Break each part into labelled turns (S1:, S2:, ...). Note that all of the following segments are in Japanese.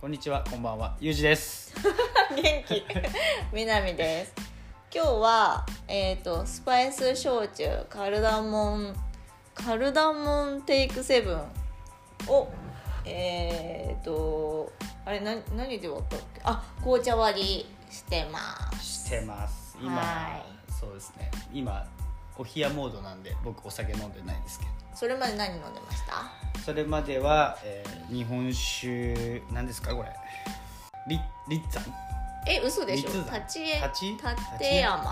S1: こんにちは、こんばんは、ゆうじです。
S2: 元気 南です今日はえっ、とスパイス焼酎カルダモンカルダモンテイクセブンをえっ、とあれな何で割ったっけあ紅茶割りしてます
S1: してます。
S2: は
S1: 今、そうですね。今、お冷やモードなんで、僕お酒飲んでないですけど。
S2: それまで何飲んでました
S1: それまでは、えー日本酒、なんですか、これ。り、りっつぁん。
S2: え嘘でしょ
S1: 三つだ
S2: 立ちえ
S1: 立ち
S2: 立山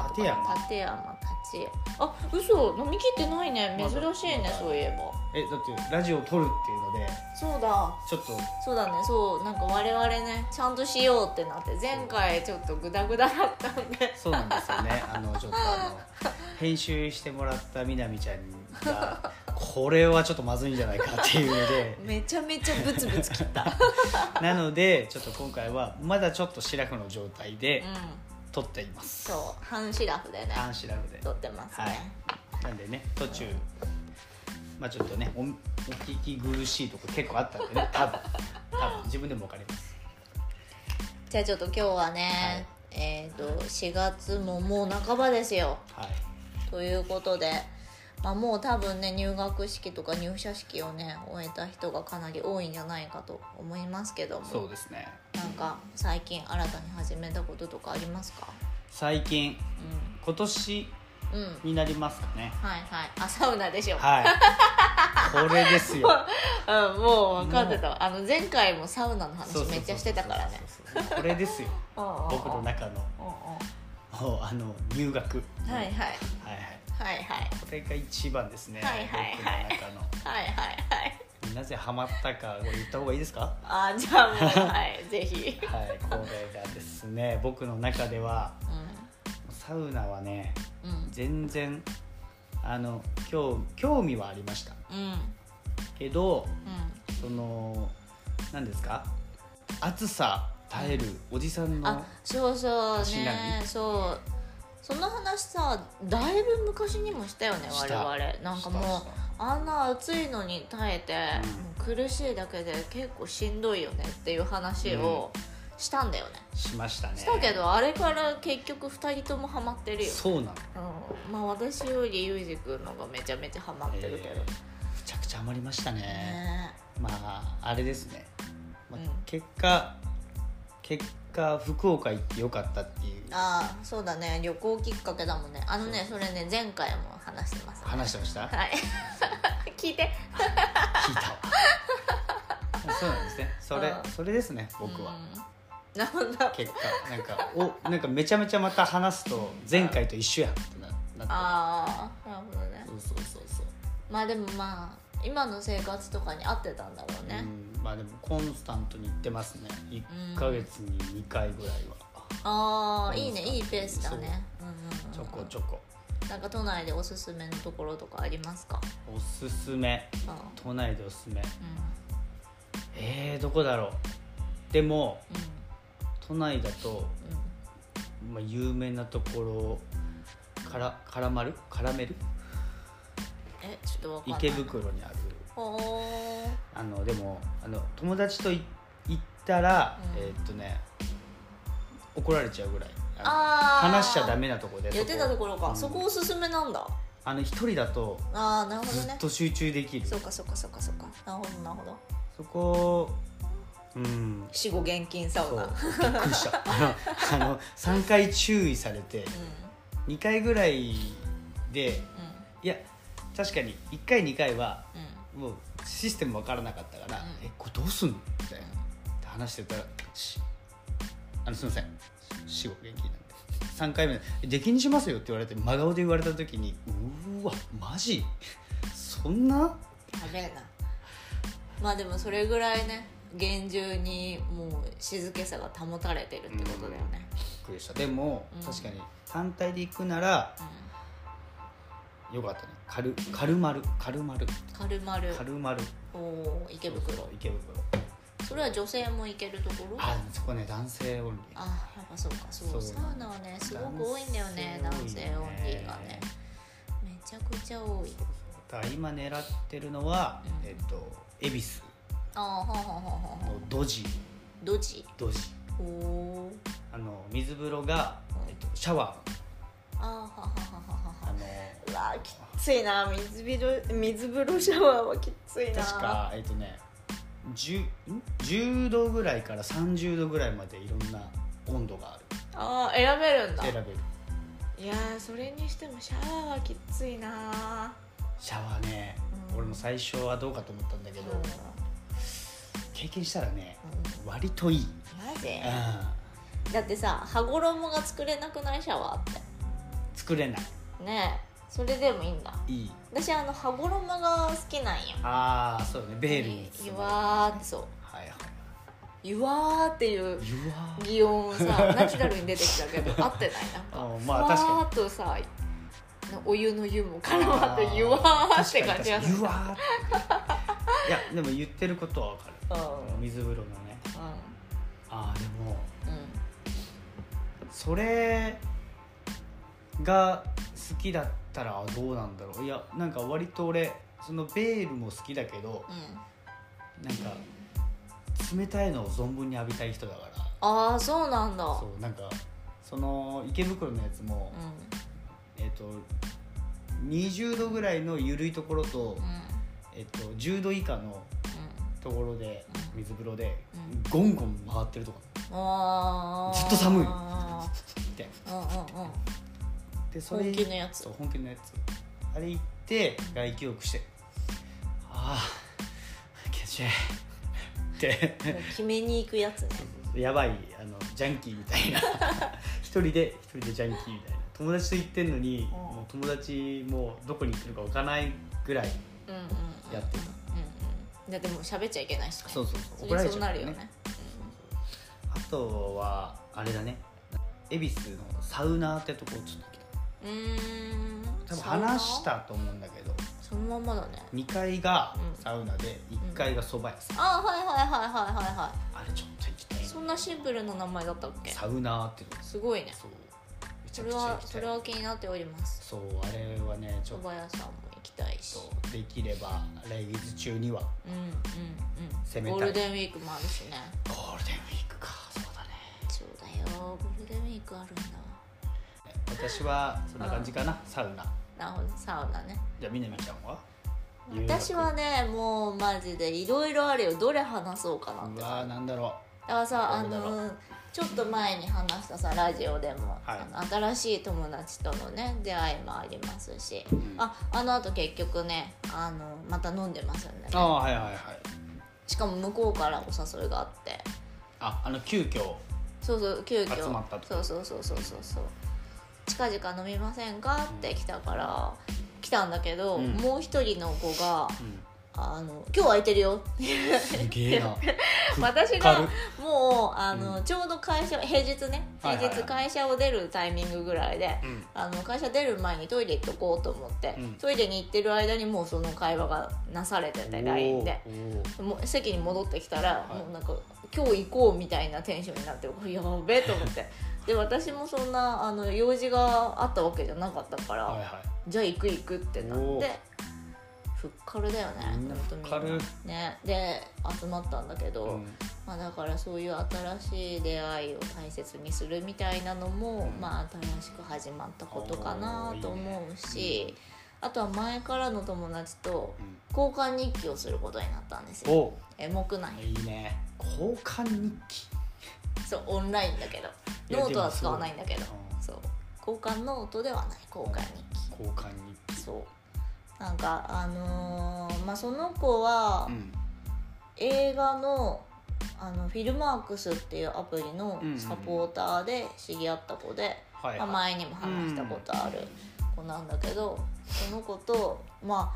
S2: と
S1: 立山
S2: か立山立ちえあ嘘飲み切ってないね
S1: まだ
S2: 珍しいね、
S1: まだ
S2: そういえば
S1: え、だって、ラジオ撮るっていうので、
S2: そうだ
S1: ちょっと。
S2: そうだねそうなんか我々ねちゃんとしようってなって前回ちょっとグダグダだったんで
S1: そうなんですよね。あの、ちょっと、あの。編集してもらったみなみちゃんが。これはちょっとまずいんじゃないかっていうの で。
S2: めちゃめちゃブツブツ切った、うん、
S1: なのでちょっと今回はまだちょっとシラフの状態で撮っています、
S2: そう半シラフでね
S1: 半シラフで
S2: 撮ってますね、
S1: なんでね途中まあちょっとねおお聞き苦しいとこ結構あったんで ね多分多分自分でも分かります
S2: じゃあちょっと今日はね、えっ、と4月ももう半ばですよ
S1: はい
S2: ということで、まあ、もう多分ね入学式とか入社式をね終えた人がかなり多いんじゃないかと思いますけども
S1: そうですね
S2: なんか最近新たに始めたこととかありますか
S1: 最近今年
S2: うん、うん
S1: になりますかね
S2: はいはいあサウナでしょ、
S1: はいこれです よ
S2: うん、もう分かってたわあの前回もサウナの話
S1: そうそうそうそう
S2: めっちゃしてたからね
S1: そうそうそうこれです よ僕
S2: 僕
S1: の中のもうあの入学
S2: はいは
S1: はいは
S2: い
S1: い
S2: はいはい
S1: これが一番ですね、
S2: はいはいはい
S1: 僕の中の
S2: はいはいはい
S1: なぜハマったかこれ言った方がいいですか
S2: あじゃあもう はいぜひ、
S1: はいこれがですね 僕の中では
S2: う
S1: サウナはね
S2: んうん
S1: 全然あの興興味はありました
S2: うん
S1: けど
S2: う
S1: その何ですか暑さ耐えるおじさん
S2: ん、あ
S1: の
S2: そうそう
S1: 足
S2: ね
S1: 何
S2: そうその話さだいぶ昔にもしたよね
S1: し
S2: 我
S1: た
S2: 々なんかもう
S1: 下
S2: あんな暑いのに耐えて、
S1: うん
S2: もう苦しいだけで結構しんどいよねっていう話をしたんだよね、
S1: 下しましたね
S2: したけどあれから結局2人ともハマってるよ、
S1: そうなのめ
S2: うん、まあ私よりゆうじくんのがめちゃめちゃハマってるけど、
S1: ちゃくちゃハマりましたね
S2: ね
S1: まああれですね、まあ
S2: うん
S1: 結果結果福岡行ってよかったっていう
S2: ああそうだね旅行きっかけだもんねあのねそれね前回も話してます
S1: 話してました
S2: はい聞い て
S1: 聞いたわ そうなんですねそれ
S2: うん
S1: それですね僕は
S2: うんなんだ
S1: 結果なんかおなんかめちゃめちゃまた話すと前回と一緒やんってななっ
S2: ああなるほどね
S1: てそうそうそうそう、
S2: まあでもまあ今の生活とかに合ってたんだろうね、
S1: うんまあでもコンスタントに行ってますね1か月に2回ぐらいは
S2: ああいいね
S1: そう
S2: いいペースだねうん
S1: ち
S2: う
S1: ょ
S2: んうん
S1: こ
S2: うん
S1: ちょこ
S2: なんか都内でおすすめのところとかありますか、
S1: おすすめ
S2: うんうん
S1: 都内でおすすめえー、どこだろうでも都内だと、
S2: うん
S1: まあ、有名なところから絡まる絡める
S2: えちょっとわかんない
S1: 池袋にある
S2: おー
S1: あのでもあの友達とい行ったら、
S2: うん
S1: えーっとね怒られちゃうぐらいあの
S2: あー
S1: 話しちゃダメなとこで
S2: 言ってたところか、
S1: うん
S2: そこおすすめなんだ
S1: あの一人だと
S2: ああなるほど
S1: ず
S2: ね
S1: っと集中できるそ
S2: そうかそうかそうかそうかなるほどなるほど
S1: こうん
S2: 死後現金サ
S1: そ
S2: ウナ
S1: う
S2: う
S1: びっくりした あのあの3回注意されて2回ぐらいで
S2: んうん
S1: いや確かに1回2回は
S2: うん
S1: もうシステム分からなかったから「
S2: うん
S1: えこれどうすんの?」みたいなって話してたら「しあのすいません死後元気なんで」3回目で「え出禁にしますよ」って言われて真顔で言われた時に「うーわマジそんな?
S2: やべえなまあでもそれぐらいね厳重にもう静けさが保たれてるってことだよね」
S1: びっくりしたでも、
S2: うん
S1: 確かに単体で行くなら
S2: うん、
S1: よかったね「軽軽丸軽丸
S2: 軽々
S1: 軽丸
S2: おおー池袋
S1: そうそう池袋
S2: それは女性も行けるところ
S1: あでもそこね男性オンリー
S2: あやっぱそうかそう
S1: そう
S2: サウナはねすごく多いんだよね男性オンリーがねめちゃくちゃ多い
S1: だから今狙ってるのは、
S2: うん
S1: えっと恵比寿
S2: ああはあはあはあは
S1: のドジ
S2: ドジ
S1: ドジ
S2: おおー
S1: あの水風呂が、
S2: うん
S1: えっと、シャワ
S2: あーははは
S1: ーあ
S2: はは
S1: の
S2: うわーきっついな水風呂水風呂シャワーはきっついな
S1: 確かえっとね 10, ん10度ぐらいから30度ぐらいまでいろんな温度がある
S2: あー選べるんだ
S1: 選べる
S2: いやーそれにしてもシャワーはきっついな
S1: シャワーね、
S2: うん
S1: 俺も最初はどうかと思ったんだけ
S2: け
S1: ど、経験したらね割といい、
S2: なぜ
S1: うん、
S2: だってさ羽衣が作れなくないシャワーっ
S1: 作れない
S2: てねえそれでもいいんだ
S1: いい
S2: 私あの羽衣が好きなんよ
S1: ああそうだねベールに包
S2: ゆ
S1: む
S2: わーってそう
S1: はいはい
S2: ゆわーっていう
S1: うわ
S2: 擬 音さナチュラルに出てきたけど合ってないなんか
S1: あまあ確かに
S2: ふわーっとさお湯の湯もからまってゆわーって感じが
S1: 確かに
S2: す
S1: 確かに
S2: る
S1: ゆわーっていやでも言ってることはわかる
S2: うん
S1: 水風呂のねああでも
S2: うんうん
S1: それが好きだったらどうなんだろういやなんか割と俺そのベールも好きだけど
S2: うん
S1: なんか冷たいのを存分に浴びたい人だから
S2: ああそうなんだう
S1: そうなんかその池袋のやつも、
S2: ん
S1: えっと20度ぐらいの緩いところと,、
S2: うん
S1: えっと10度以下のところで
S2: うん
S1: 水風呂で
S2: うん
S1: ゴンゴン回ってるとか
S2: うんあー
S1: ずっと寒いみたいな
S2: うんうんうん
S1: でそれ
S2: 本気のやつ
S1: そう本気のやつあれ行って外気浴してああ気持ちいいって
S2: もう決めに行くやつね
S1: やばいあのジャンキーみた いな一人で一人でジャンキーみたいな友達と行ってんのに、もう友達もうどこに行ってるか分からないぐらい
S2: うんうんうん
S1: やってた、
S2: うんうんだってもう喋っちゃいけないしね
S1: そうそうそう
S2: それそうなる
S1: ら
S2: よ
S1: れ
S2: ね
S1: ちゃうからあとはあれだね恵比寿のサウナーってとこちょっと来た
S2: うんうーん
S1: 多分話したと思うんだけど
S2: そのまんまだね
S1: 2階が
S2: うん
S1: サウナで1階が蕎麦屋さん、
S2: あはいはいはいはいはいは
S1: あれちょっと行きたい
S2: いそんなシンプルな名前だったっけ
S1: サウナーっていうの
S2: すごいね
S1: そうめち
S2: そ
S1: ゃく
S2: れ
S1: ちゃ行きた
S2: はそ
S1: い
S2: れは気になっております
S1: そうあれはねちょ
S2: 蕎
S1: っ
S2: 麦屋さんも行きたいし
S1: とできれば来月中には
S2: うんうん
S1: 攻
S2: う
S1: めたい
S2: んゴールデンウィークもあるしね
S1: ゴールデンウィークかそうだね
S2: そうだよゴールデンウィークあるんだ
S1: 私はそんな感じかな、サウナ
S2: なるほどサウナね
S1: じゃあみなみちゃんは
S2: 私はねもうマジでいろいろあるよどれ話そうかなっ
S1: 留学
S2: て
S1: うわーなんだろ
S2: だからさあ
S1: どうだろう
S2: のちょっと前に話したさラジオでも、
S1: はい
S2: あの新しい友達とのね出会いもありますし、
S1: ん
S2: ああのあと結局ねあのまた飲んでますよね
S1: うああはいはいはい
S2: しかも向こうからお誘いがあって
S1: ああの急遽
S2: そうそう急遽
S1: 集まったと
S2: そうそうそうそうそうそう近々飲みませんかって来たから、来たんだけど、
S1: うん
S2: もう一人の子が
S1: うん
S2: 「あの今日空いてるよ」
S1: すげ えな
S2: 私
S1: 軽
S2: が
S1: っ
S2: もうあの、ちょうど会社平日ね
S1: は
S2: 平
S1: いはいはい
S2: 日会社を出るタイミングぐらいで、
S1: うん
S2: あの会社出る前にトイレ行っとこうと思って、
S1: うん
S2: トイレに行ってる間にもうその会話がなされてて LINE で。
S1: おーおー
S2: もう席に戻ってきたら、
S1: はい
S2: もうなんか今日行こうみたいなテンションになってやべえと思って で私もそんなあの用事があったわけじゃなかったから、
S1: はいは
S2: じゃあ行く行くってなっ
S1: お
S2: て
S1: ー
S2: ふっかるだよね
S1: みんなふっかる
S2: ほんとみんなねで集まったんだけど、
S1: い、うん
S2: まあ、だからそういう新しい出会いを大切にするみたいなのも、
S1: うん
S2: まあ、新しく始まったことかなと思うし
S1: おーいいね
S2: あとは前からの友達と
S1: うん
S2: 交換日記をすることになったんですよ。
S1: お
S2: エモくない
S1: いいね交換日記
S2: そうオンラインだけど
S1: いや
S2: ノートは使わないんだけど
S1: でも
S2: そう交換ノートではない交換日
S1: そう交換日
S2: 記そうなんかあのーまあその子は
S1: 記ん
S2: 映画のあのフィルマークスっていうアプリの
S1: うんうん
S2: サポーターで知り合った子で、
S1: はい
S2: まあ、前にも話したことある子なんだけど、その子とま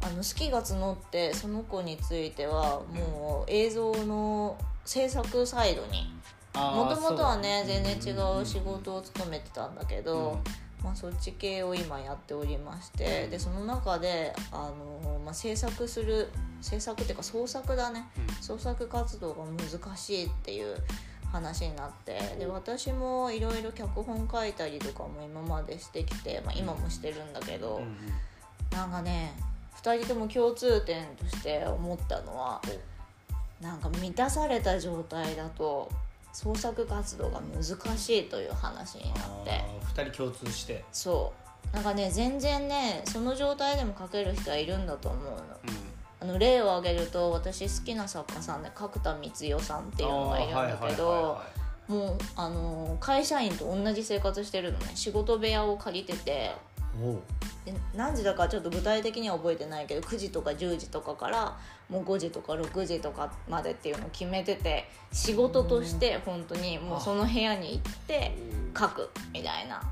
S2: ああの好きが募ってその子についてはもう映像の制作サイドにもともとはね全然違う仕事を務めてたんだけど、まあ、そっち系を今やっておりましてでその中で、あのまあ、制作する制作っていうか創作だね創作活動が難しいっていう話になってで私もいろいろ脚本書いたりとかも今までしてきて、まあ、今もしてるんだけど、なんかね2人とも共通点として思ったのはなんか満たされた状態だと創作活動が難しいという話になって
S1: 2人共通して
S2: そうなんかね全然ねその状態でも描ける人はいるんだと思うの
S1: うん
S2: あの例を挙げると私好きな作家さんで角田光代さんっていうのがいるんだけ
S1: あーはいはい
S2: ど
S1: はいはい
S2: もうあの会社員と同じ生活してるのね仕事部屋を借りてて
S1: おう
S2: で何時だかちょっと具体的には覚えてないけど9時とか10時とかからもう5時とか6時とかまでっていうのを決めてて仕事として本当にもうその部屋に行って書くみたいな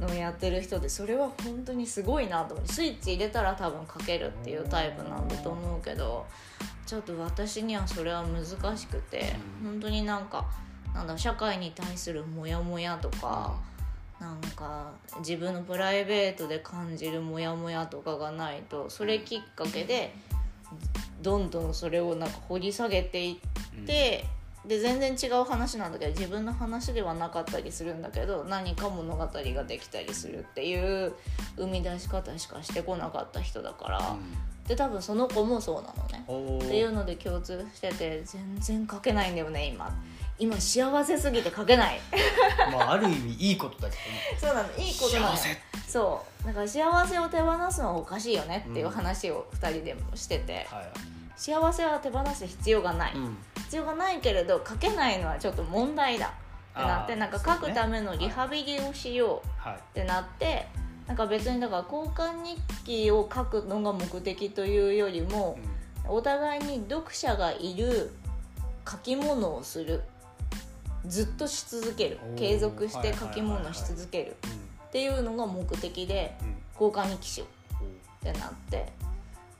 S2: のをやってる人でそれは本当にすごいなと思ってスイッチ入れたら多分書けるっていうタイプなんだと思うけどちょっと私にはそれは難しくて
S1: うん
S2: 本当になんかなんだろう社会に対するモヤモヤとか。なんか自分のプライベートで感じるモヤモヤとかがないとそれきっかけでどんどんそれをなんか掘り下げていって、で全然違う話なんだけど自分の話ではなかったりするんだけど何か物語ができたりするっていう生み出し方しかしてこなかった人だから、
S1: う
S2: で多分その子もそうなの
S1: んお
S2: ね。っていう
S1: う
S2: ので共通してて全然書けないんだよね今今幸せすぎて書けない
S1: まあある意味いいことだけ
S2: そうなのいいことなのよ
S1: 幸せ
S2: そうだから幸せを手放すのはおかしいよねっていう話を2人でもしてて、
S1: どねは
S2: 幸せは手放す必要がない、
S1: いうん
S2: 必要がないけれど書けないのはちょっと問題だってなっ
S1: あ
S2: て
S1: ー
S2: なんか
S1: そうね
S2: 書くためのリハビリをしよう
S1: はい
S2: ってなってなんか別にだから交換日記を書くのが目的というよりも
S1: う
S2: お互いに読者がいる書き物をするずっとし続ける
S1: おー
S2: 継続し
S1: はい
S2: て
S1: はい
S2: 書
S1: はい
S2: き物し続け
S1: ん
S2: るっていうのが目的で
S1: うんうん
S2: 交換日記しよう
S1: おう
S2: ってなって、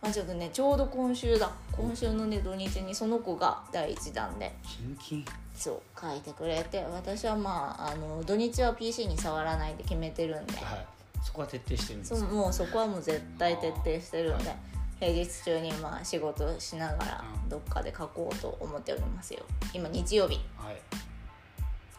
S2: まあ、ちょっとねちょうど今週だ今週のね土日にその子が第一弾で
S1: キンキン
S2: そう書いてくれて私はまああの土日は PC に触らないって決めてるんで
S1: はいそこは徹底してるんです
S2: そうもうそこはもう絶対徹底してるんで
S1: は
S2: 平日中にまあ仕事しながら
S1: うん
S2: どっかで書こうと思っておりますよ今日曜日
S1: はい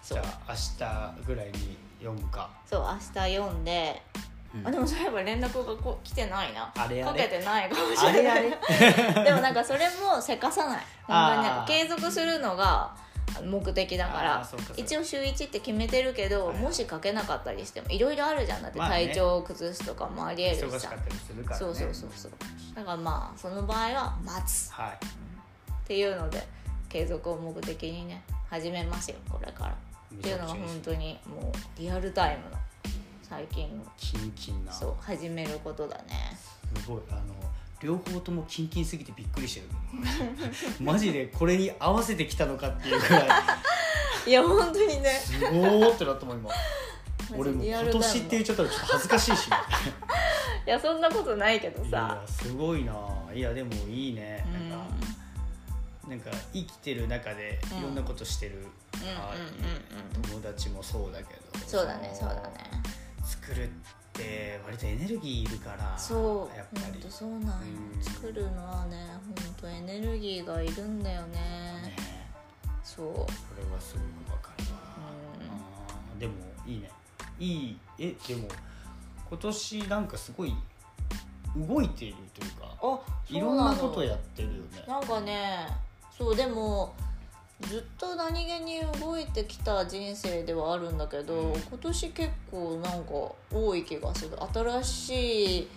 S2: そ
S1: じ
S2: う
S1: ゃあ明日ぐらいに読むか
S2: そう明日読んで、
S1: うん
S2: あでもそういえば連絡がこ来てないな
S1: あれあれ
S2: かけてないかもし
S1: あ
S2: れ
S1: れ
S2: ない
S1: あれ
S2: でもなんかそれもせかさない本当になんか
S1: あー
S2: 継続するのが目的だか
S1: あー
S2: ら
S1: そうかそうか
S2: 一応週1って決めてるけど、
S1: はい
S2: もし書けなかったりしてもいろいろあるじゃんだって
S1: まあね
S2: 体調を崩すとかもありえるし
S1: 忙し
S2: さ、
S1: かったりするからね
S2: そうそうそうそうだからまあその場合は待つ
S1: はい
S2: っていうので継続を目的にね始めますよこれからっていうのは本当にもうリアルタイムの最近の
S1: キンキンなす
S2: そう始めることだね
S1: ごいあの両方ともキンキンすぎてびっくりしてる マジでこれに合わせてきたのかっていうぐらい
S2: いや本当にね
S1: すごーってなったもん今俺もう
S2: リア
S1: 今
S2: ルタイム
S1: 年って言っちゃったらちょっと恥ずかしい し、
S2: いやそんなことないけど
S1: い
S2: さ
S1: やすごいないやでもいいねなんか、なんか生きてる中でいろんなことしてる、
S2: うん
S1: あ
S2: うんうんうん
S1: 友達もそうだけど
S2: そうだね
S1: そ
S2: そう
S1: の
S2: だね
S1: 作るって割とエネルギーいるから
S2: そう
S1: やっぱ
S2: ほん
S1: り、
S2: とそうなんよ
S1: うん
S2: 作るのはねほんとエネルギーがいるんだよね
S1: ね、
S2: そう
S1: それはすごくわかるわ、
S2: うん
S1: あーでもいいねいいえでも今年なんかすごい動いているというか
S2: あ
S1: いろんなこと
S2: や
S1: やってるよね
S2: なんかねそうでもずっと何気に動いてきた人生ではあるんだけど、
S1: うん
S2: 今年結構なんか多い気がする新しい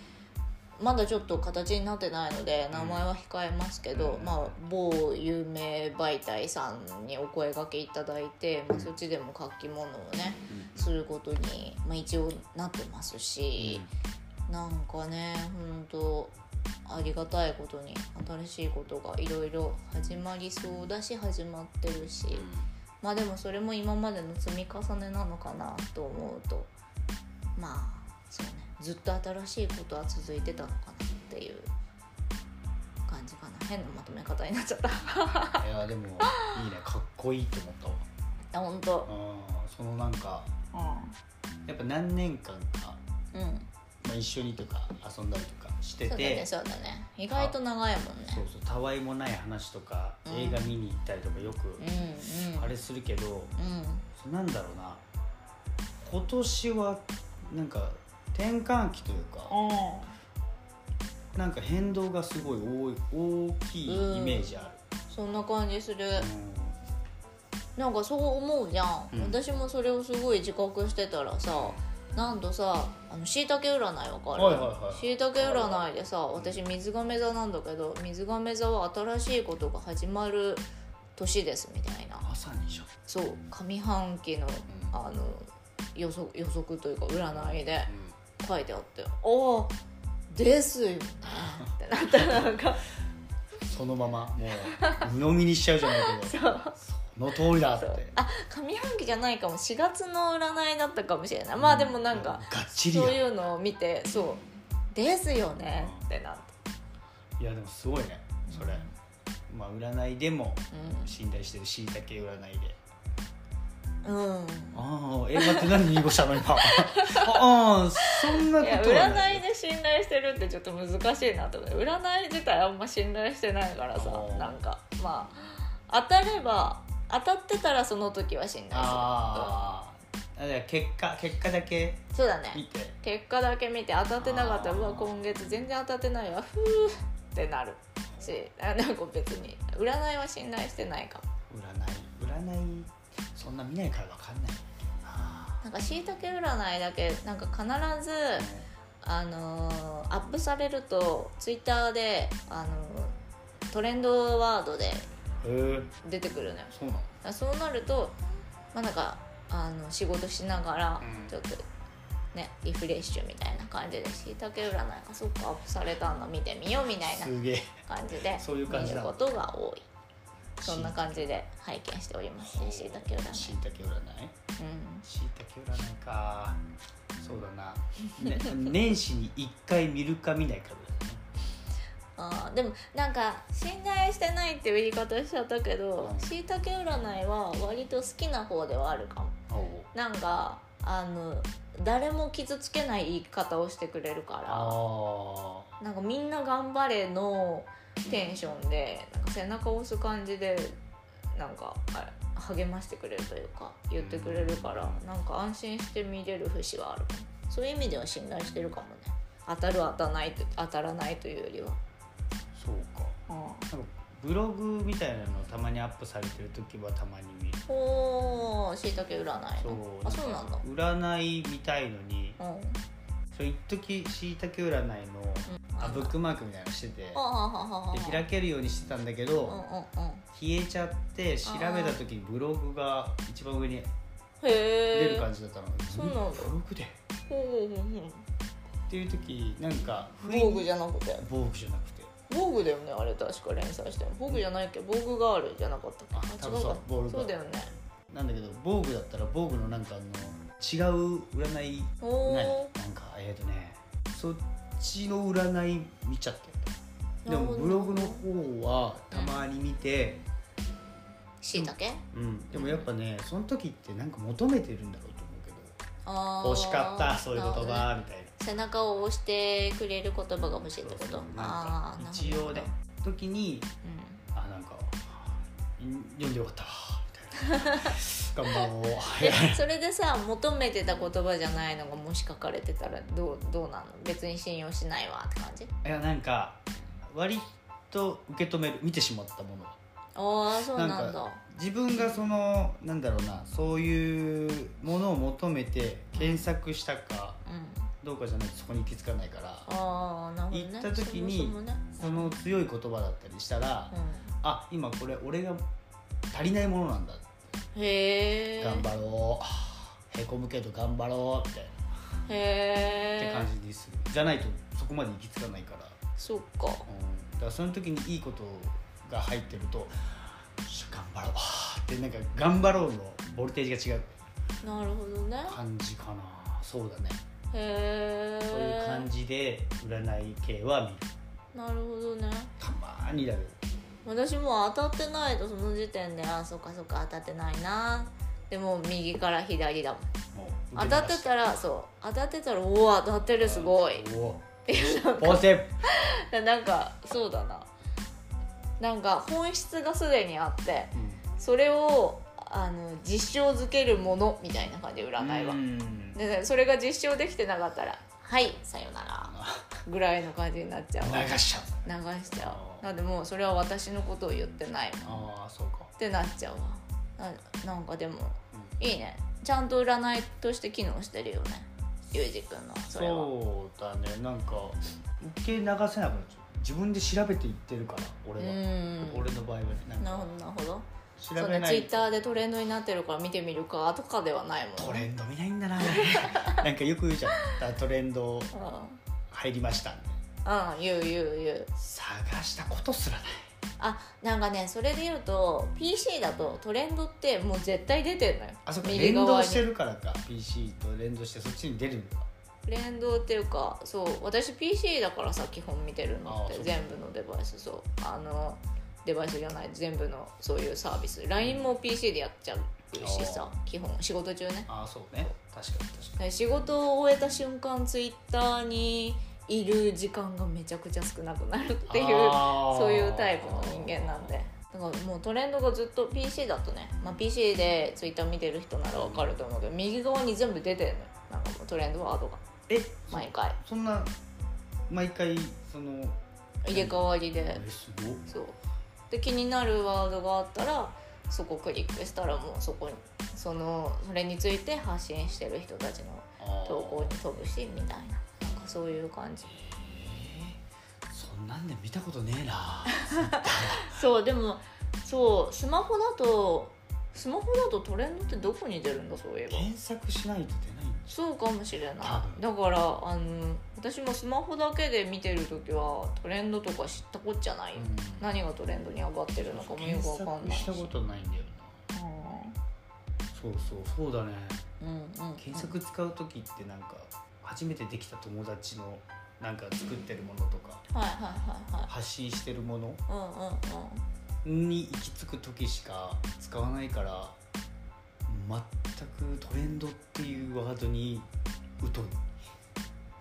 S2: まだちょっと形になってないので
S1: ん
S2: 名前は控えますけど、
S1: うん
S2: まあ、某有名媒体さんにお声がけいただいて、まあ、そっちでも書き物をねすることに、まあ、一応なってますし。なんかね本当ありがたいことに新しいことがいろいろ始まりそうだし始まってるし
S1: うんうん
S2: まあでもそれも今までの積み重ねなのかなと思うとまあそうねずっと新しいことは続いてたのかなっていう感じかな変なまとめ方になっちゃった
S1: いやでもいいねかっこいいと思ったわ
S2: あ本当
S1: あーそのなんか
S2: う
S1: やっぱ何年間か、
S2: ん、うん、
S1: まあ、一緒にとか遊んだりとかして
S2: そうだね
S1: て
S2: そうだね意外と長いもん
S1: そう
S2: ね
S1: そうたわいもない話とか
S2: うん
S1: 映画見に行ったりとかよく
S2: うんうん
S1: あれするけど、
S2: う
S1: なんだろうな今年はなんか転換期というか
S2: んうん
S1: なんか変動がすごい多い大きいイメージある、
S2: そんな感じする
S1: う
S2: なんかそう思うじゃん、
S1: うん
S2: 私もそれをすごい自覚してたらさなんとさあの椎茸占いわかる、
S1: はいはいはい
S2: 椎茸占いでさ私水亀座なんだけど水亀座は新しいことが始まる年ですみたいなん
S1: まさにじゃん
S2: そう上半期の
S1: うん
S2: あの予測予測というか占いで
S1: うん
S2: 書いてあって「おですよね」ってなったらなんか
S1: そのままもう鵜呑みにしちゃうじゃないけど
S2: そう
S1: その通りだって
S2: そうあ上半期じゃないかも4月の占いだったかもしれないまあでもなんか
S1: うがっ
S2: そ
S1: ち
S2: う
S1: りやい
S2: いうのを見てそう「ですよね」ってなった。
S1: やでもすごいねそれまあ占いでも
S2: うん
S1: 信頼してるしいたけ占いで
S2: うん、
S1: ああえ待って何濁したの今ああそんない
S2: や
S1: ことはな
S2: 占い
S1: い
S2: で信頼してるってちょっと難しいなと思って占い自体あんま信頼してないからさ
S1: あー
S2: なんかまあ当たれば当たってたらその時は信頼す
S1: ああだから結果結果だけ
S2: る、うんそうだ
S1: 見
S2: ね
S1: て
S2: 結果だけ見て当たってなかったら
S1: あー
S2: うわ今月全然当たってないわふーってなるしあなんか別に占いは信頼してないかも
S1: 占い占いそんな見ないから分かんないあ
S2: なんかしいたけ占いだけなんか必ず
S1: あ
S2: あのーアップされるとツイッターで、あのートレンドワードで
S1: へえ
S2: 出てくるのよ
S1: そうなの
S2: だからそうなるとまあなんかあの仕事しながら
S1: うん
S2: ちょっとねリフレッシュみたいな感じでしいたけ占いがそっかアップされたんだ見てみようみたいな
S1: すげえ
S2: 感じで
S1: そういう感じ
S2: 見
S1: な
S2: る
S1: の
S2: ことが多いそんな感じで拝見しておりますねしいたけ
S1: し
S2: 占い
S1: い、たけ占い
S2: うん、
S1: しいたけ占いかそうだな、ね、 年始に1回見るか見ないかぐらいだね
S2: あーでもなんか信頼してないっていう言い方しちゃったけど
S1: うん
S2: しいたけ占いは割と好きな方ではあるかもなんかあの誰も傷つけない言い方をしてくれるか
S1: あ
S2: らなんかみんな頑張れのテンションでなんか背中を押す感じでなんかあれ励ましてくれるというか言ってくれるからなんか安心して見れる節はあるかもそういう意味では信頼してるかもね当たる当たらないと当たらないというよりは。
S1: そうか
S2: うん
S1: なんかブログみたいなのたまにアップされてる時はたまに見る
S2: おお、しいたけ占いの。
S1: そう
S2: あ、そうなんだ。
S1: 占いみたいのに
S2: うん。
S1: そう一時しいたけ占いのあブックマークみたいなのしてて
S2: あはははは。
S1: で開けるようにしてたんだけ
S2: うんうん
S1: ど
S2: うん。
S1: 消えちゃって調べた時にブログが一番上に
S2: へえ。
S1: 出る感じだったの
S2: そうなんだ
S1: ブログで
S2: ほうほうほうほう。
S1: っていう時なんか
S2: 防具じゃなくて。
S1: 防具じゃなくて
S2: 防具だよね、あれ確か連載してる。防具じゃないっけど、防具ガールじゃなかったっけ。
S1: あ
S2: 違う
S1: 多分そ
S2: か
S1: うボールガール
S2: そうだよね。
S1: なんだけど防具だったら防具のなんかあの違う占い
S2: お
S1: ない
S2: お
S1: なんかえっ、とねそっちの占い見ちゃって
S2: ー。
S1: でもブログの方はたまに見て、
S2: しいたけ。
S1: うん、でもやっぱねその時ってなんか求めてるんだろうと思うけど
S2: ああ。
S1: 欲しかったそういう言
S2: なるほどね
S1: 葉みたいな
S2: 背中を押してくれる言葉が欲しいってこ
S1: そうそ
S2: と。
S1: うな
S2: あ
S1: ん
S2: あ
S1: か
S2: ー、
S1: 一応ね
S2: なるほ
S1: 時に
S2: どうん。
S1: あなんかん読んでよかったわみた いな頑張ろう
S2: でそれでさ求めてた言葉じゃないのがもし書かれてたらどうどうなの別に信用しないわって感じ
S1: いやなんか割と受け止める見てしまったもの
S2: ああそうなんだ
S1: なんか自分がそのなんだろうなそういうものを求めて検索したか
S2: うん、
S1: どうかじゃないとそこに行き着かないから
S2: ああなるほどね
S1: 行った時に
S2: そもそもね
S1: その強い言葉だったりしたら、あ今これ俺が足りないものなんだ、
S2: うん、へえ
S1: 頑張ろうへこむけど頑張ろうみたい
S2: へ
S1: なって
S2: え
S1: 感じにするじゃないとそこまで行き着かないから、
S2: そっか
S1: うん、だからその時にいいことが入ってるとよっしゃ頑張ろうってなんか頑張ろうのボルテージが違う
S2: なるほどね
S1: 感じかなそうだね
S2: へえ
S1: そういう感じで占い系は見る
S2: なるほどね
S1: たまーにだけど
S2: 私も当たってないとその時点でああそっかそっか当たってないなでも右から左だも
S1: も
S2: ん
S1: う
S2: 当たってたらそう当たってたらおお当たってるすごい
S1: おおポジティブ
S2: なんかそうだななんか本質がすでにあってそれをあの実証づけるものみたいな感じ占いは、
S1: うん
S2: でそれが実証できてなかったらはいさよなら
S1: あ
S2: ぐらいの感じになっちゃう
S1: 流しちゃう
S2: 流しちゃうなんでもうそれは私のことを言ってないもんっ
S1: ああそうか、
S2: てなっちゃうわななんかでも
S1: うん
S2: いいねちゃんと占いとして機能してるよねゆうじくんのそれは
S1: そうだねなんか受け流せなくなっちゃう自分で調べていってるから俺
S2: う
S1: は、
S2: ん
S1: 俺の場合はねなん
S2: な
S1: か
S2: るほどなるほど
S1: 調
S2: そん
S1: べ
S2: な
S1: な
S2: ツイ
S1: い
S2: ッターでトレンドになってるから見てみるかとかではないもん
S1: トレンド見ないんだな なんかよく言うじゃんだトレンド
S2: うん
S1: 入りました
S2: うん言う言う言う
S1: 探したことすらない
S2: あなんかねそれで言うと PC だとトレンドってもう絶対出てるのよ
S1: あそこ
S2: 右
S1: 連
S2: 側
S1: 動
S2: に
S1: してるからか PC と連動してそっちに出るのか
S2: 連動っていうかそう私 PC だからさ基本見てるのっ
S1: あ
S2: て
S1: そう
S2: 全部のデバイスそうあのデバイスじゃない全部のそういうサービス LINE も PC でやっちゃうしさ基本仕事中ね
S1: ああそうね確かに確か
S2: で仕事を終えた瞬間 Twitter にいる時間がめちゃくちゃ少なくなるっていうそういうタイプの人間なんでだからもうトレンドがずっと PC だとね、まあ、PC で Twitter 見てる人ならわかると思うけど右側に全部出てるのよなんかもうトレンドワードが
S1: え
S2: 毎回
S1: そんな毎回その
S2: 入れ替わりで
S1: えすごっ
S2: そうで気になるワードがあったらそこクリックしたらもうそこにそのそれについて発信してる人たちの
S1: あー
S2: 投稿に飛ぶしみたいななんかそういう感じ
S1: えーそんなんで見たことねえな
S2: そうでもそうスマホだとスマホだとトレンドってどこに出るんだそういえば
S1: 検索しないと出ないんでし
S2: そうかもしれない
S1: 多分
S2: だからあの私もスマホだけで見てる時はトレンドとか知ったこっちゃないよ、
S1: ょ
S2: 何がトレンドに上がってるのかもよくわかんない
S1: 検索したことないんだよなそうそうそうだね
S2: うんうんうん、
S1: 検索使う時ってなんか初めてできた友達のなんか作ってるものとか
S2: はいはいはいはい
S1: 発信してるもの
S2: うんうんう
S1: に行き着く時しか使わないから全くトレンドっていうワードに疎い
S2: ん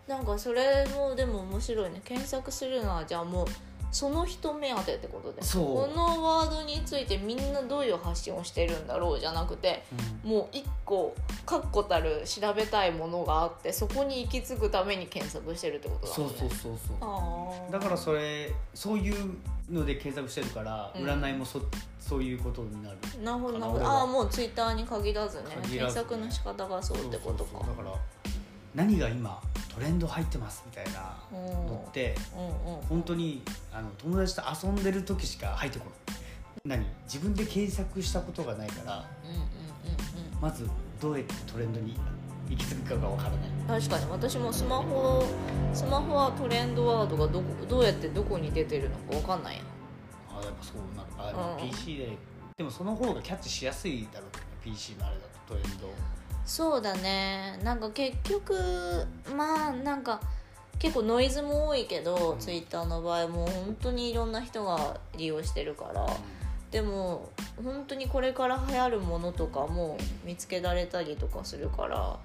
S2: なんかそれもでも面白いね検索するのはじゃあもうその人目当てってことで
S1: そう
S2: このワードについてみんなどういう発信をしてるんだろうじゃなくてもう一個確固たる調べたいものがあってそこに行き着くために検索してるってことだ
S1: そう
S2: もんね
S1: そうそうそう
S2: あー
S1: だからそれそういうので検索してるから
S2: うん
S1: 占いもそ,、そういうことになる
S2: なるほどなるほ
S1: 俺
S2: ど
S1: は
S2: ああーもうツイッターに限らずね
S1: 限らず
S2: 検
S1: ね
S2: 索の仕方がそうってこと
S1: そ
S2: か
S1: うそうそうだから何が今トレンド入ってますみたいな
S2: うん
S1: のって
S2: うんうん
S1: 本当にあの友達と遊んでる時しか入ってこない何自分で検索したことがないから
S2: うんうんうんうん
S1: まずどうやってトレンドに行き着くかがわからない
S2: 確かに私もスマホスマホはトレンドワードがどこどうやってどこに出てるのか分かんないや
S1: あやっぱそうなるあでも
S2: うん
S1: PC ででもその方がキャッチしやすいだろうけどね PC のあれだとトレンド
S2: そうだねなんか結局まあなんか結構ノイズも多いけど、
S1: うん
S2: ツイッターの場合もう本当にいろんな人が利用してるからでも本当にこれから流行るものとかも見つけられたりとかするから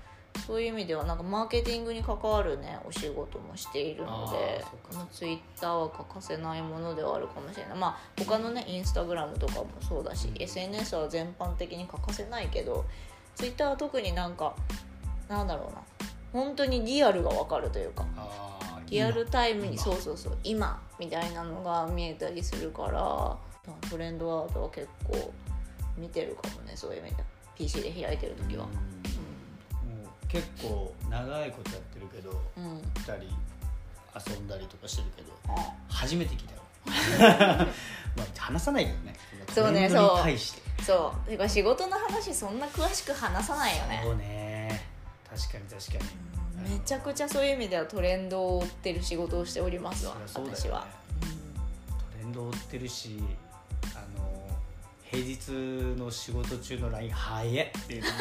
S2: そういう意味ではなんかマーケティングに関わるねお仕事もしているの
S1: あーそっ
S2: で
S1: かそっか
S2: もうツイッターは欠かせないものではあるかもしれないまあ他のねインスタグラムとかもそうだし、
S1: うん
S2: SNS は全般的に欠かせないけどツイッターは特になんかなんだろうな本当にリアルが分かるというか
S1: ああ
S2: リアルタイムに
S1: 今
S2: そうそうそう今みたいなのが見えたりするからトレンドワードは結構見てるかもねそういう意味で PC で開いてる時は
S1: もう結構長いことやってるけど
S2: うん、うん、
S1: 2人遊んだりとかしてるけど
S2: あ
S1: 初めて聞い たよまあ話さないけどね
S2: そうね
S1: トレンドに対して
S2: そうてか仕事の話そんな詳しく話さないよね
S1: そうね確かに確かに
S2: めちゃくちゃそういう意味ではトレンドを追ってる仕事をしておりますわ、
S1: そりゃそうだよね
S2: 私は、
S1: トレンド追ってるしあの平日の仕事中の LINE「早え」っていう のも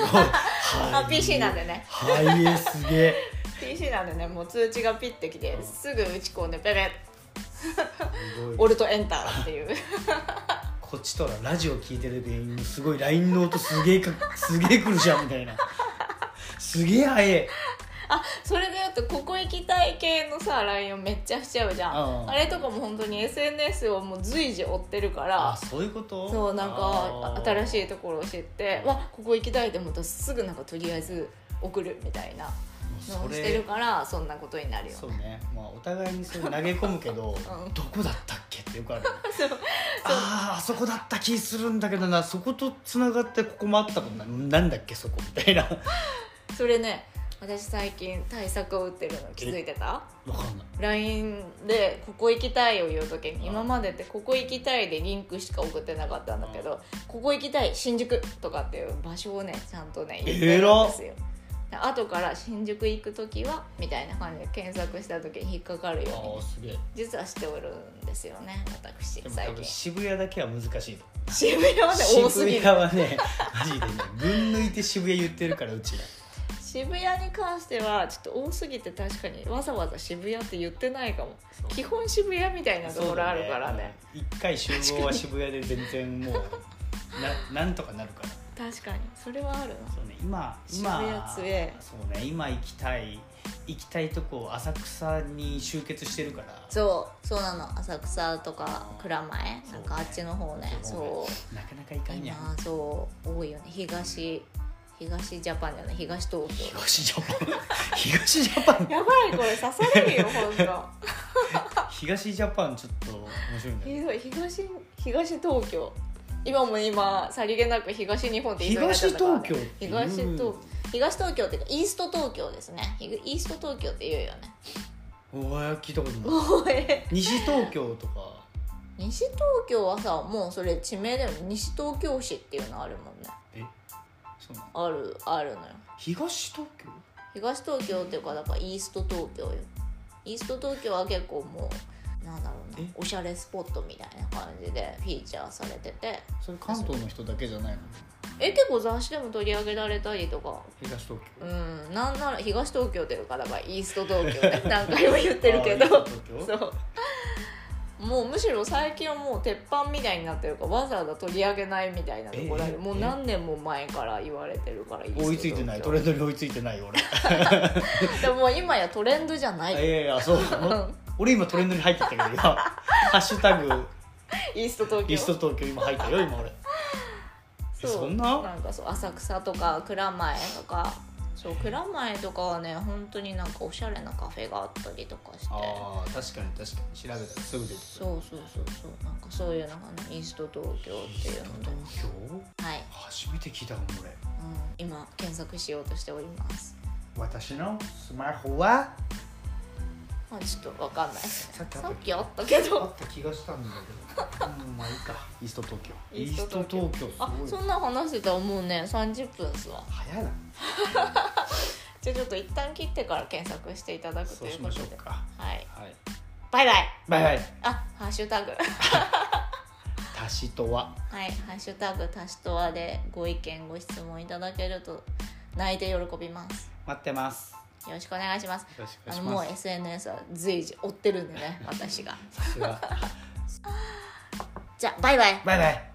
S2: あ PC なんでね
S1: 早えすげえ
S2: PC なんでねもう通知がピッてきて
S1: うん
S2: すぐ打ち込んでペペ
S1: すごい
S2: オルトエンターっていう
S1: こっちとらラジオ聞いてる原因すごい LINE の音すげえかすげえ来るじゃんみたいなすげえ早い
S2: あそれで言うとここ行きたい系のさ LINE をめっちゃしちゃうじゃん、
S1: うん
S2: あれとかも本当に SNS をもう随時追ってるから
S1: あそういうこと
S2: そうなんか新し
S1: い
S2: いところを知ってわここ行きたいと思ったらすぐなんかとりあえず送るみたいなのをしてるからそんなことになるよ
S1: そうねまあお互いにそう投げ込むけど、
S2: ん
S1: どこだったっけって よくあるあああそこだった気するんだけどなそことつながってここもあったもんななんだっけそこみたいな
S2: それね私最近対策を打ってるの気づいてた
S1: わかんない
S2: LINE で「ここ行きたい」を言う時に
S1: うん
S2: 今までって「ここ行きたい」でリンクしか送ってなかったんだけど「ここ行きたい新宿」とかっていう場所をねちゃんとね言ってるんですよ。で後から「新宿行く時は」みたいな感じで検索した時に引っかかるよう
S1: あ
S2: に
S1: あすげえ
S2: 実はしておるんですよね私
S1: でも多
S2: 最
S1: 分
S2: 近
S1: 渋谷だけは難しい
S2: 渋谷はね多す
S1: 渋
S2: ぎる
S1: 谷はねマジでね群抜いて渋谷言ってるからうちら
S2: 渋谷に関してはちょっと多すぎて確かにわざわざ渋谷って言ってないかも基本渋谷みたいなところあるからね
S1: そうだね一回集合は渋谷で全然 もうななんとかなるから
S2: 確かにそれはあるな
S1: そうね今
S2: 渋谷
S1: 今
S2: 強え
S1: そうね今行きたい行きたいとこ浅草に集結してるから
S2: そうそうなの浅草とか蔵前
S1: そう
S2: な
S1: ね
S2: んかあっちの方ねそう
S1: なかなか行かんやん
S2: 今そう多いよね東東ジャパンじゃない東東京
S1: 東ジャパン 東ジャパン
S2: やばいこれ刺されるよ本当
S1: 東ジャパンちょっと面白いんだ
S2: ひ
S1: よね
S2: どい東東東京今も今さりげなく東日本って言いそうになっちゃ
S1: 東
S2: ったから
S1: 東
S2: ね
S1: 京っていう
S2: 東東東東京っていうかイースト東京ですねイイースト東京って言うよね
S1: お前聞いたことない
S2: おえ
S1: 西東京とか
S2: 西東京はさもうそれ地名でも西東京市っていうのあるもんね
S1: えそうなの
S2: あるあるのよ
S1: 東東京
S2: 東東京っていうかだからイースト東京よイースト東京は結構もうなんだろう
S1: え
S2: なおしゃれスポットみたいな感じでフィーチャーされてて
S1: それ関東の人だけじゃないの
S2: え結構雑誌でも取り上げられたりとか
S1: 東東京
S2: うんなんなら東東京っていうかだからイースト東 京ね何回も言ってるけど
S1: あー東京
S2: そうもうむしろ最近はもう鉄板みたいになってるからわざわざ取り上げないみたいなところで
S1: え
S2: もう何年も前から言われてるからイースト
S1: 追いついてないトレンドに追いついてない俺
S2: でももう今やトレンドじゃない
S1: いやいやそう
S2: うん
S1: 俺今トレンドに入ってたけど今「 ハッシュタグ
S2: イースト東京
S1: リスト東京」今入ったよ今俺
S2: そう
S1: そんなん
S2: かそう浅草とか蔵前とかそう蔵前とかはね本当になんかおしゃれなカフェがあったりとかして
S1: あー確かに確かに調べたらすぐ出てくる
S2: そうそうそうそうなんかそういうのがねイースト東京っていうので
S1: 東京
S2: はい、
S1: 初めて聞いたもん俺
S2: うん、今検索しようとしております
S1: 私のスマホは
S2: まあちょっとわかんないですね
S1: さっきあった
S2: さっきあったけ
S1: あ
S2: ど
S1: った気がしたんだけどうんまあいいか イースト東京
S2: イースト東京
S1: イースト
S2: あ
S1: 東京す
S2: そ
S1: ごい
S2: んな話してたらもうね30分っすわ
S1: 早いな
S2: じゃあちょっと一旦切ってから検索していただくと
S1: そう
S2: いう
S1: し
S2: こ
S1: ま
S2: と
S1: しょう
S2: で
S1: か
S2: はい
S1: はい
S2: バイバイ
S1: バイバイ
S2: あハッシュタグ
S1: 足しとは
S2: はい、ハッシュタグたしとわでご意見ご質問いただけると泣いて喜びます。
S1: 待ってますよ
S2: よろしくお願いします。
S1: ろしくお
S2: あ
S1: 願いし
S2: のも
S1: ま
S2: う
S1: す
S2: SNS は随時追ってるんでね、私が。
S1: さすが
S2: じゃあバイバイ。
S1: バイバイ